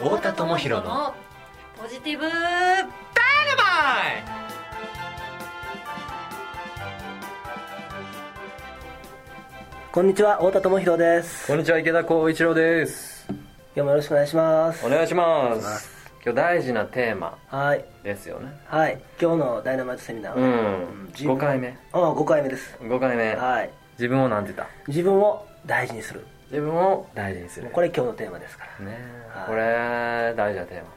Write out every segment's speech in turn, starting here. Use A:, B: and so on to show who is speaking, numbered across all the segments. A: 太田智博の
B: ポジティブ
C: こんにちは、太田智博です。
A: こんにちは池田光一郎です
C: 今日もよろしくお願いします
A: お。願いします今日大事なテーマ
C: はい、
A: ですよね
C: はい、今日のダイナマイトセミナー
A: う
C: は、
A: ん
C: 自分
A: 5回目
C: ああ、5回目です。
A: 5回目
C: はい、
A: 自分をなんて言った
C: 自分を大事にする。
A: 自分を大事にする
C: これ今日のテーマですから。
A: ねえ
C: はい
A: これ大事なテーマ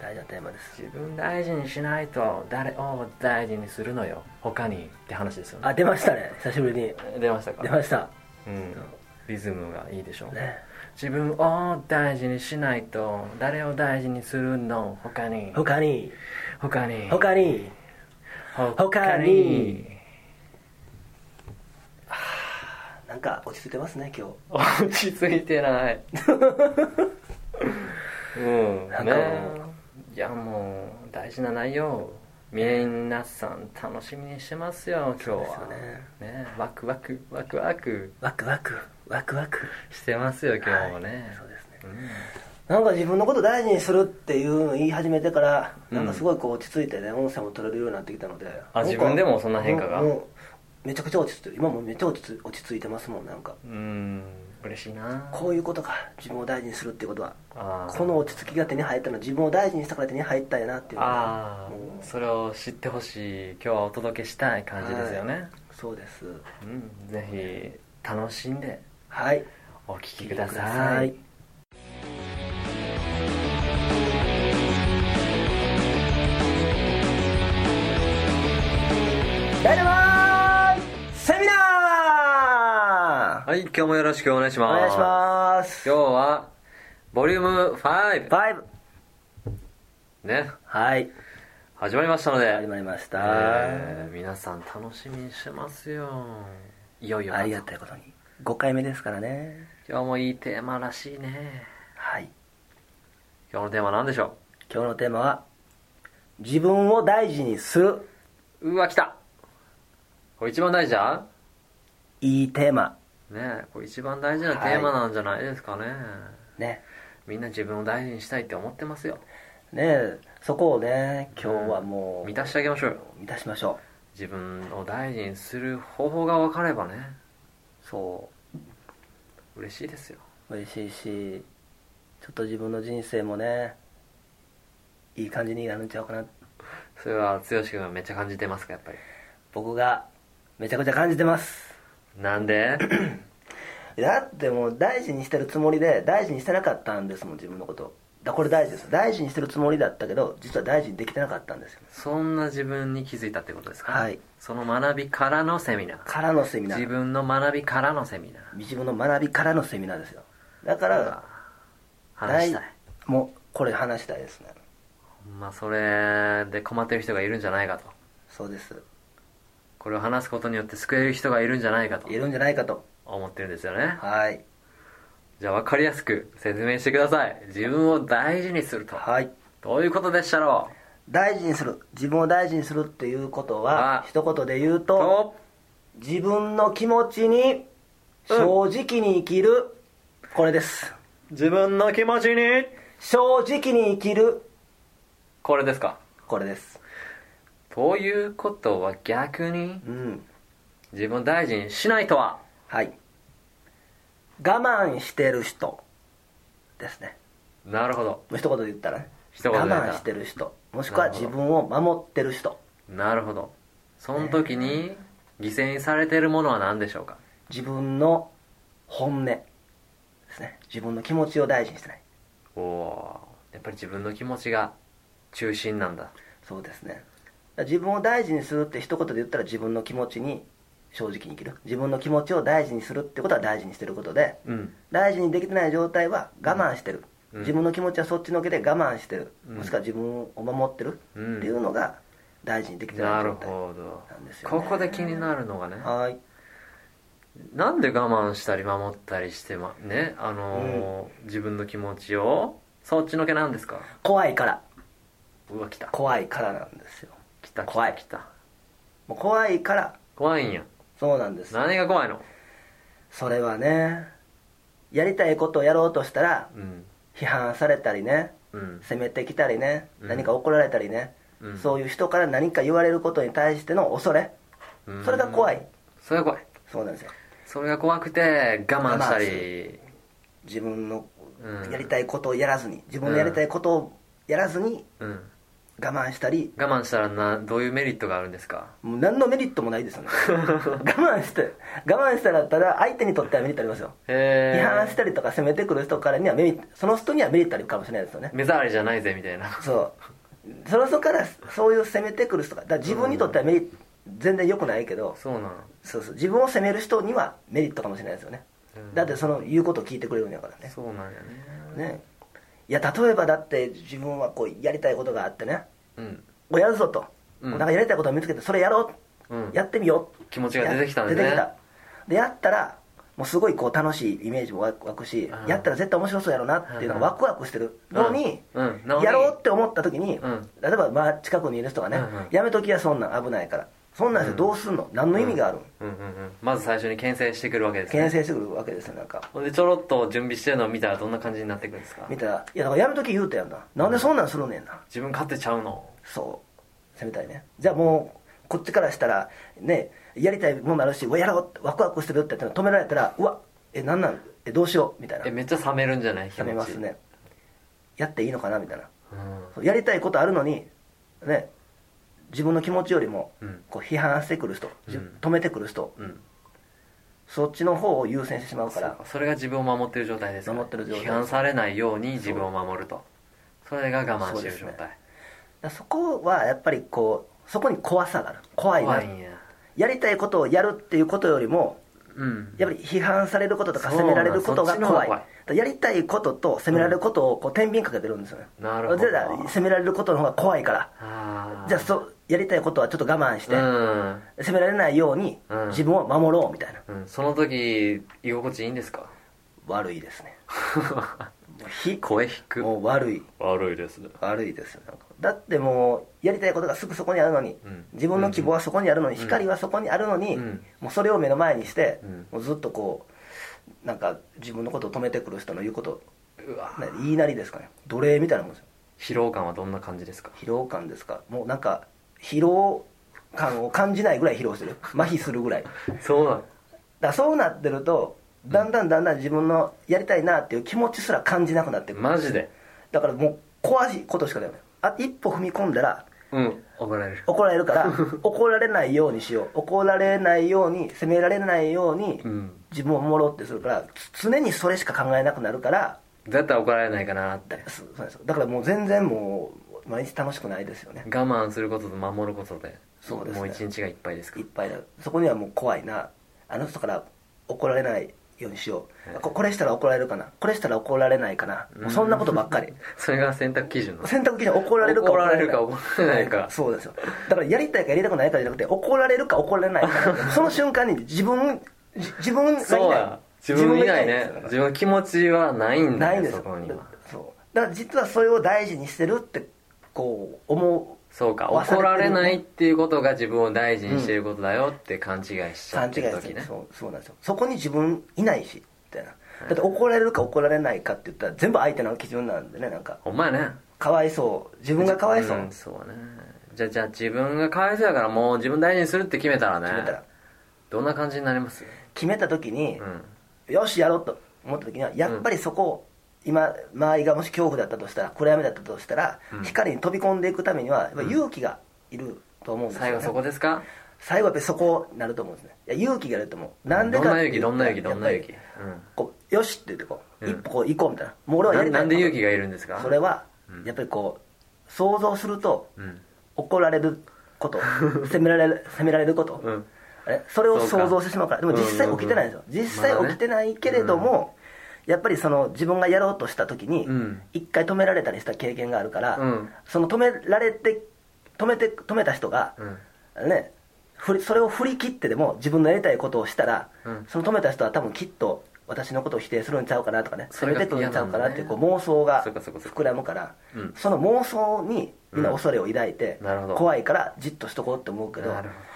C: 大事なテーマです。
A: 自分大事にしないと誰を大事にするのよ他にって話ですよね
C: あ、出ましたね。久しぶりに。
A: 出ましたか
C: 出ました。
A: うんリズムがいいでしょう
C: ね、
A: 自分を大事にしないと誰を大事にするの他に
C: 他に、
A: 他に
C: 他に、他になんか落ち着いてますね、今日。
A: 落ち着いてない うん
C: なん
A: ね
C: かも
A: いやもう大事な内容皆さん楽しみにしてますよ今日
C: ですよ
A: は
C: ね
A: ねワクワクワクワク
C: ワクワク、ワクワク。
A: してますよ今日もね、
C: そうですね。
A: うん
C: なんか自分のこと大事にするっていうのを言い始めてから、
A: うん
C: なんかすごいこう落ち着いてね音声も取れるようになってきたので
A: あ
C: なんか
A: 自分でもそんな変化が
C: うんうんめちゃくちゃ落ち着いてる今もめっちゃ落ち着落ち着いてますもんなんか
A: うん嬉しいな
C: こういうことか自分を大事にするっていうことは
A: あー
C: この落ち着きが手に入ったのは自分を大事にしたから手に入ったんやなっていうの
A: あ
C: が
A: あ
C: もう
A: それを知ってほしい今日はお届けしたい感じですよね、
C: そうです
A: うん、ぜひ楽しんで
C: はい
A: お聞きください
C: ダイナマイトセミナー
A: はい今日もよろしくお願いし
C: お
A: ます
C: 願いします
A: 今日はボリューム5
C: 5
A: ね
C: はい
A: 始まりましたので
C: 始まりました、
A: えー皆さん楽しみにしてますよいよいよ
C: ありがたいことに5回目ですからね
A: 今日もいいテーマらしいね
C: はい
A: 今日のテーマ何でしょ
C: 今日のテーマは「自分を大事にする
A: ううわ来たこれ一番大事じゃん」
C: いいテーマ
A: ねえこれ一番大事なテーマなんじゃないですかね、
C: ね
A: みんな自分を大事にしたいって思ってますよ
C: ねえそこをね今日はもう
A: 満たしてあげましょうよ
C: 満たしましょ
A: 自分を大事にする方法が分かればね
C: うそ
A: 嬉しいですよ
C: う嬉しいしちょっと自分の人生もねいい感じになるんちゃうかな
A: それは剛君がめっちゃ感じてますかやっぱり
C: 僕がめちゃくちゃ感じてます
A: なん で
C: だってもう大事にしてるつもりで大事にしてなかったんですもん自分のことだこれ大事です大事にしてるつもりだったけど実は大事にできてなかったんですよ
A: そんな自分に気づいたってことですか
C: はい
A: その学びからのセミナー
C: からのセミナー
A: 自分の学びからのセミナー
C: 自分の学びからのセミナーですよだか
A: うわ
C: ら
A: 話したい
C: 大もうこれ話したいですね
A: ほんまあそれで困ってる人がいるんじゃないかと
C: そうです
A: これを話すことによって救える人がいるんじゃないかと
C: いるんじゃないかと
A: 思ってるんですよね
C: はい
A: じゃあ分かりやすく説明してください自分を大事にすると
C: はい
A: どういうことでしたろう
C: 大事にする自分を大事にするっていうこと
A: あ
C: は一言で言うと
A: と
C: 自分の気持ちに正直に生きる、これです
A: 自分の気持ちに
C: 正直に生きる
A: これですか
C: これです
A: ということは逆に
C: うん
A: 自分を大事にしないとは
C: はい我慢してる人ですね
A: なるほど
C: もう一言で言ったらね
A: 一言で言ったら
C: 我慢してる人もしくは
A: なるほ
C: 自
A: ど
C: 分を守ってる人
A: なるほどその時に犠牲にされているものは何でしょうか
C: 自分の本音ですね自分の気持ちを大事にしてない
A: おおーやっぱり自分の気持ちが中心なんだ
C: そうですね自分を大事にするって一言で言ったら自分の気持ちに正直に生きる自分の気持ちを大事にするってことは大事にしてることで
A: うん
C: 大事にできてない状態は我慢してる、
A: うん
C: 自分の気持ちはそっちのけで我慢してる、
A: うん
C: もしくは自分を守ってるって
A: うん
C: いうのが大事にできてな
A: ないる
C: 状態、
A: ほど
C: なんですよね
A: ここで気になるのがね
C: はい
A: なんで我慢したり守ったりしてまねあのー自分の気持ちをそっちのけなんですか
C: 怖いから
A: うわ来た
C: 怖いからなんですよ
A: 来た来
C: 怖
A: た
C: い
A: 来た
C: もう怖いから
A: 怖いんや
C: そうなんです
A: 何が怖いの
C: それはねやりたいことをやろうとしたら
A: うん
C: 批判されたりね
A: うん
C: 責めてきたりね、
A: うん
C: 何か怒られたりね、
A: うん
C: そういう人から何か言われることに対しての恐れ、
A: うん
C: それが怖い
A: それが怖い
C: そうなんですよ
A: それが怖くて我慢したり
C: 自分の
A: うん
C: やりたいことをやらずに自分のやりたいことをやらずに
A: うん
C: 我慢したり
A: 我慢したらなどういうメリットがあるんですか
C: もう何のメリットもないですよ ね我慢して我慢したらただ相手にとってはメリットありますよ
A: へ
C: 批判し
A: え
C: たりとか攻めてくる人からにはメリットその人にはメリットあるかもしれないですよね
A: 目障りじゃないぜみたいな
C: そうその人からそういう攻めてくる人がだから自分にとってはメリット全然良くないけど
A: そうなの
C: そうそう自分を責める人にはメリットかもしれないですよね
A: うん
C: だってその言うことを聞いてくれるんやからね
A: そうなんやね
C: ねいや例えばだって自分はこうやりたいことがあってね
A: うん
C: こうやるぞと、
A: うん
C: なんかやりたいことを見つけてそれやろう、
A: うん
C: やってみよう
A: 気持ちが出てきたんですね
C: や出てきたでやったらもうすごいこう楽しいイメージも湧くし、
A: うん
C: やったら絶対面白そうやろうなっていうのが
A: うん
C: ワクワクしてるのに、
A: うんうんなのに
C: やろうって思った時に、
A: うん
C: 例えばまあ近くにいる人がね、
A: うんうん
C: やめときやそんなん危ないからそんなんしてどうすんの、何の意味があるん、
A: うんうんうんまず最初に牽制してくるわけです
C: 牽
A: ね
C: 制してくるわけですよなんか
A: ほんでちょろっと準備してるのを見たらどんな感じになってくるんですか
C: 見たら「いやだからやめとき言うたやんななんでそんなんするねんな」
A: 自分勝手ちゃうの
C: そう攻めたいねじゃあもうこっちからしたらねやりたいものあるしうわやろうってワクワクしてるってやって止められたらうわえなんなんえどうしようみたいな
A: えめっちゃ冷めるんじゃない気持ち
C: やめますねやっていいのかなみたいな
A: うん
C: そうやりたいことあるのにね自分の気持ちよりも、
A: うん
C: こう批判してくる人、じ
A: うん
C: 止めてくる人、
A: うん
C: そっちの方を優先してしまうから
A: それが自分を守ってる状態ですから
C: 守ってる状態
A: 批判されないように自分を守るとそれが我慢してる
C: そ
A: 状
C: うです
A: 態、
C: だそこはやっぱりこうそこに怖さがある怖いな
A: 怖いんや
C: やりたいことをやるっていうことよりも
A: うん
C: やっぱり批判されることとか
A: そうな
C: 責
A: ん
C: められること
A: そ
C: が
A: っちの方
C: 怖
A: が
C: い
A: 怖い
C: やりたいことと責められることをこう天秤かけてるんですよね、
A: なるほど
C: じゃあ責められることの方が怖いから
A: あー
C: じゃあそやりたいことはちょっと我慢して、
A: うん
C: 責められないように
A: うん
C: 自分を守ろうみたいな、
A: うん、その時居心地いいんですか
C: 悪いです ねもうひ
A: 声引く
C: もう悪い
A: 悪いですね
C: 悪いですよなんかだってもうやりたいことがすぐそこにあるのに、
A: うん
C: 自分の希望はそこにあるのに、光はそこにあるのに、
A: うん
C: もうそれを目の前にして、
A: うん
C: もうずっとこうなんか自分のことを止めてくる人の言うこと
A: うわ
C: ね言いなりですかね奴隷みたいなもんですよ
A: 疲労感はどんな感じです か
C: 疲労感ですかもうなんか疲労感を感じないぐらい疲労してる麻痺するぐらいだか
A: そうなの
C: らそうなってるとだんだんだんだん自分のやりたいなっていう気持ちすら感じなくなってくる
A: マジで
C: だからもう怖いことしかないあ一歩踏み込んだら
A: うん怒られる
C: 怒られるから 怒られないようにしよう怒られないように責められないように
A: うん
C: 自分を守ろうってするからつ常にそれしか考えなくなるから
A: だったら怒られないかなって
C: そうそうなんですよだからもう全然もう毎日楽しくないですよね
A: 我慢することと守ることで
C: そうですね
A: もう一日がいっぱいですか
C: いっぱいだそこにはもう怖いなあの人から怒られないようにしようここれしたら怒られるかなこれしたら怒られないかなもうそんなことばっかり
A: それが選択基準の
C: 選択的に怒られるか
A: 怒られるか怒られないか
C: そうですよだからやりたいかやりたくないかじゃなくて怒られるか怒られな いかその瞬間に自分じ自分がいない
A: そうや自分いないね
C: 自分が
A: 自分の気持ちはないんだ
C: ないん
A: ね
C: です
A: そ
C: よ
A: こには
C: そうだから実はそれを大事にしてるってこう思う
A: そうか
C: 忘れて
A: 怒
C: るね
A: られないっていうことが自分を大事にしていることだよって勘違いしちゃっ
C: 勘違い
A: てる
C: す
A: 時
C: る
A: ね
C: そうそうなんですよそこに自分いないしみたいなだって怒られるか怒られないかって言ったら全部相手の基準なんでねなんか
A: ほんまやね
C: かわいそう自分がかわいそう、
A: んそうねじゃあじゃあ自分がかわいそうやからもう自分大事にするって決めたらね
C: 決めたら
A: どんな感じになります
C: 決めた時に、
A: うん
C: よしやろうと思った時にはやっぱりそこを今周りがもし恐怖だったとしたら暗闇だったとしたら、
A: うん
C: 光に飛び込んでいくためにはやっぱり勇気がいると思うんですよ、ね
A: 最後そこですか
C: 最後やっぱりそこになると思うんですねいや勇気がいると思うなんで
A: どん
C: かっ
A: な
C: て
A: 勇
C: 言
A: 気
C: った
A: ど
C: ら
A: んな勇気どんな勇気
C: やっぱ
A: うん
C: りこうよしって言ってこう、
A: うん
C: 一歩こう行こうみたいなもう俺はや
A: な
C: りたい
A: なんで勇気がいるんですか
C: それは
A: うん
C: やっぱりこう想像すると
A: うん
C: 怒られること 責められる責められること、
A: うん
C: あれそれを
A: そうか
C: 想像してしまうからでも実際起きてないんですよ
A: うんうんうん
C: 実際起きてないけれど
A: ま
C: も、やっぱりその自分がやろうとした時に
A: うん
C: 一回止められたりした経験があるから、
A: うん
C: その止められて止めて止めた人が
A: う、ん
C: ねふりそれを振り切ってでも自分のやりたいことをしたら、
A: うん
C: その止めた人は多分きっと私のことを否定するんちゃうかなとかね
A: そ
C: 責
A: れ
C: め
A: が
C: てくるんちゃうかなっていう
A: 嫌
C: こ
A: なん
C: う
A: だね
C: 妄想が
A: そうかそうかそうか
C: 膨らむから
A: うん
C: その妄想にみんな
A: うん
C: 恐れを抱いて、
A: なるほど
C: 怖いからじっとしとこうって思うけど
A: なるほど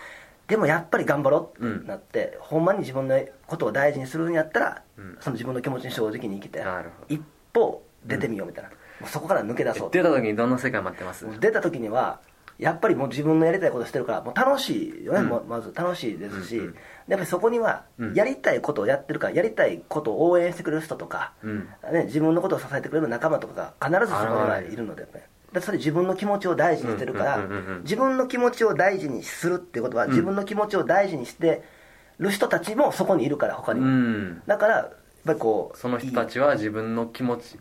C: でもやっぱり頑張ろうってなって、ほんまに自分のことを大事にするんやったら、
A: うん
C: その自分の気持ちに正直に生きて
A: なるほど
C: 一歩出てみようみたいな、もうそこから抜け出そう
A: 出た時にどんな世界待ってます
C: もう出た時にはやっぱりもう自分のやりたいことしてるからもう楽しいよね、
A: うん
C: もうまず楽しいですし、
A: うんうん
C: でやっぱりそこには
A: うん
C: やりたいことをやってるからやりたいことを応援してくれる人とか、
A: うん
C: ね、自分のことを支えてくれる仲間とかが必ずそこには
A: 現れる
C: いるのでやっぱりでそれ自分の気持ちを大事にしてるから、
A: うんうんうんうんうん
C: 自分の気持ちを大事にするっていうことは、
A: ん
C: 自分の気持ちを大事にしてる人たちもそこにいるから他に
A: う
C: も、
A: ん
C: だからやっぱりこう
A: その人た
C: い
A: ちは自分の気持ち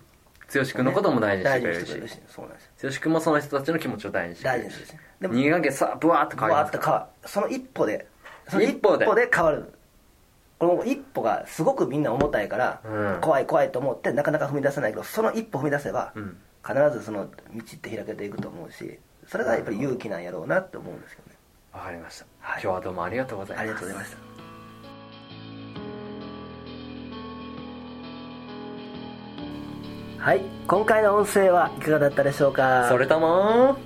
A: 剛
C: い
A: 君のことも大事にしてくれ
C: 大
A: る
C: 事に
A: し
C: してくれるしそうなんですよ
A: 剛君もその人たちの気持ちを大事にしてく
C: 大
A: れ
C: 事
A: る
C: にしてく
A: し
C: れるしでも
A: 人間関係さブワーッと変
C: わ
A: わ
C: ー
A: り
C: っと
A: ま
C: 変わるその一歩でその
A: 一歩で
C: 変わるこの一歩がすごくみんな重たいから、
A: うん
C: 怖い怖いと思ってなかなか踏み出せないけどその一歩踏み出せば、
A: うん
C: 必ずその道って開けていくと思うしそれがやっぱり勇気なんやろうなって思うんですけどね
A: すわかりました
C: は
A: 今
C: い
A: 日はどうもありがとうござい
C: あ
A: ま
C: り
A: す
C: がとうございましたはい今回の音声はいかがだったでしょうか
A: それとも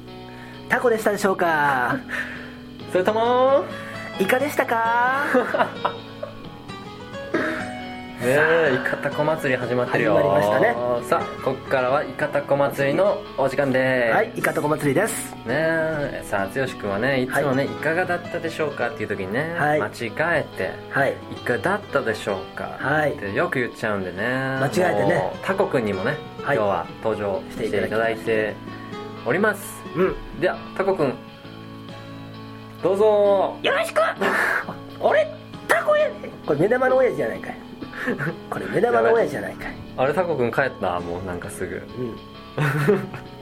C: タコでしたでしょ うか
A: それとも
C: イカでしたか
A: ねえイカタコ祭り始まってるよ
C: 始まりましたね
A: さあここからはイカタコ祭りのお時間です
C: はい、イカとこ祭りです。
A: ねえさあ剛君はねいつもね、い、かがだったでしょうかっていう時にね、
C: はい
A: 間違えて
C: はい、
A: いかがだったでしょうか、
C: はい
A: ってよく言っちゃうんでね
C: 間違えてね
A: もうタコ君にもね、
C: はい
A: 今日は登場していただいております
C: うん、
A: ではタコ君どうぞ
C: よろしく。俺、タコやで。これ目玉の親父じゃないかい。これ目玉の親父じゃないかい。
A: あれタコ君帰ったもうなんかすぐ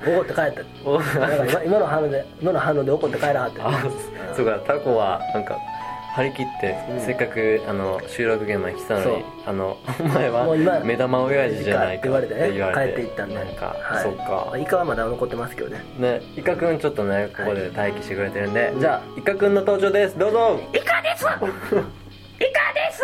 C: うん。怒って帰った。
A: お
C: なんか今今の反応で、今の反応で怒って帰らはって。
A: あそうかタコはなんか張り切って、
C: うん
A: せっかくあの収録現場に来たの
C: そう
A: にあのお前
C: もう今
A: は目玉親父じゃないか
C: いいかって言われてね
A: 言われ
C: 帰っていったんで
A: なんか、
C: はい
A: そうか
C: イカはまだ残ってますけどね。
A: ねイカくんちょっとねここで待機してくれてるんで、
C: ん
A: じゃあイカくんの登場ですどうぞ
C: イカです。イカです。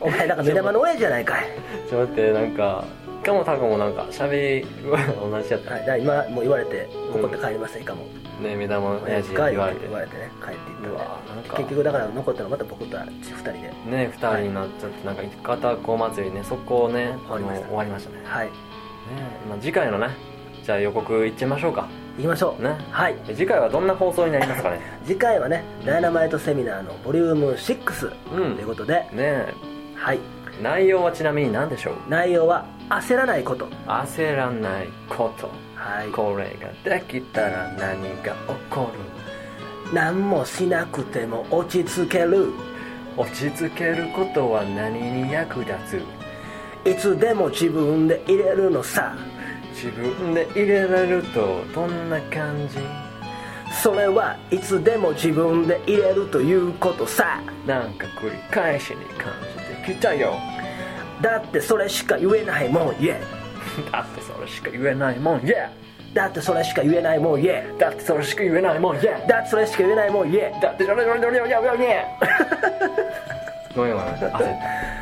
C: お前なんか目玉の親父じゃないかい。
A: ちょっと待ってなんかイカもタコもなんか喋り声が同じやった、
C: はい、だから今もう言われて怒って帰りました、イカも。
A: ね目玉親父
C: か
A: 言われて
C: 言われてね、帰っていったんで
A: うわなんか
C: 結局だから残ったのはまた僕と二人で。
A: ね二人になっちゃってなんかイカタコ祭りねそこをねあ
C: 終わりま
A: の
C: した
A: 終わりましたね
C: はい。
A: ねまあ、次回のねじゃあ予告いっちゃいましょうか
C: 行きましょう。
A: ね
C: はい。
A: 次回はどんな放送になりますか ね
C: 次回はね「ダイナマイトセミナー」のボリューム6
A: うん
C: ということで、
A: ね
C: はい
A: え内容はちなみに何でしょう
C: 内容は「焦らないこと
A: 焦らないこと」
C: はい
A: これができたら何が起こ
C: 何もしなくても落ち着ける
A: る落ち着けることは何に役立つ
C: いつでも自分で入れるのさ
A: 自分で入れられるとどんな感じ
C: それはいつでも自分で入れるということさ
A: なんか繰り返しに感じてきたよ
C: だってそれしか言えないもんイエ
A: だってそれしか言えないもん Yeah
C: だってそれしか言えないもんイエ
A: だってそれしか言えないもん Yeah
C: だってそれしか言えないもんイエ
A: だってそれそれそれそれそれそれごめんごめん焦っ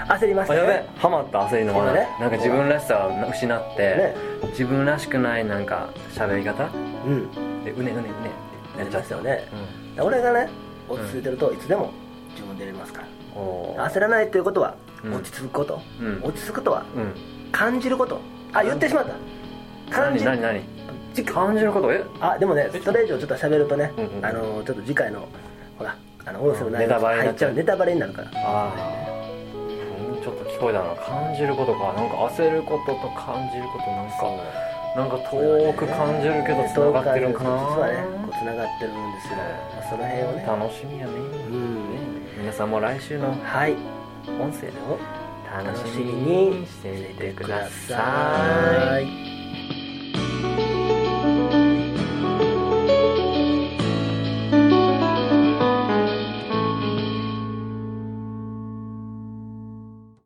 A: た
C: 焦りまし
A: あ
C: た
A: やべ
C: ね
A: ハマった焦りのまま、
C: 今ね
A: なんか自分らしさを失って、
C: ね
A: 自分らしくないなんか喋り方
C: うん
A: でうねうねうねって
C: や
A: や
C: り
A: っちゃ
C: ま
A: っ
C: した
A: た、
C: よね、俺がね落ち着いてるといつでも自分で入れますから
A: うん、おー
C: 焦らないということは
A: うん
C: 落ち着くこと、
A: うん
C: 落ち着くとは
A: うん
C: 感じることあ言ってしまった感じ
A: 何何
C: じ
A: 何感じることえ
C: あでもねそれ以上ちょっと喋るとね、
A: うんうん
C: あのちょっと次回のほらあの音声の
A: ネタバレに
C: 入
A: な
C: っ
A: っ
C: ち
A: ち
C: ゃ
A: ゃ
C: う
A: う
C: ネタバレになるから
A: ああちょっと聞こえたな感じることかなんか焦ることと感じることなんかなんか遠く感じるけどつながってるんかな、
C: そう感じる実はねこうつながってるんですよその辺をね
A: 楽しみやね、
C: ん
A: ね皆さんも来週の
C: はい
A: 音声で
C: 楽
A: 楽
C: し
A: し
C: み
A: み
C: に
A: に
C: し
A: してて
C: い
A: い
C: て
A: て
C: く
A: く
C: だ
A: だ
C: さ
A: さ
C: い
A: い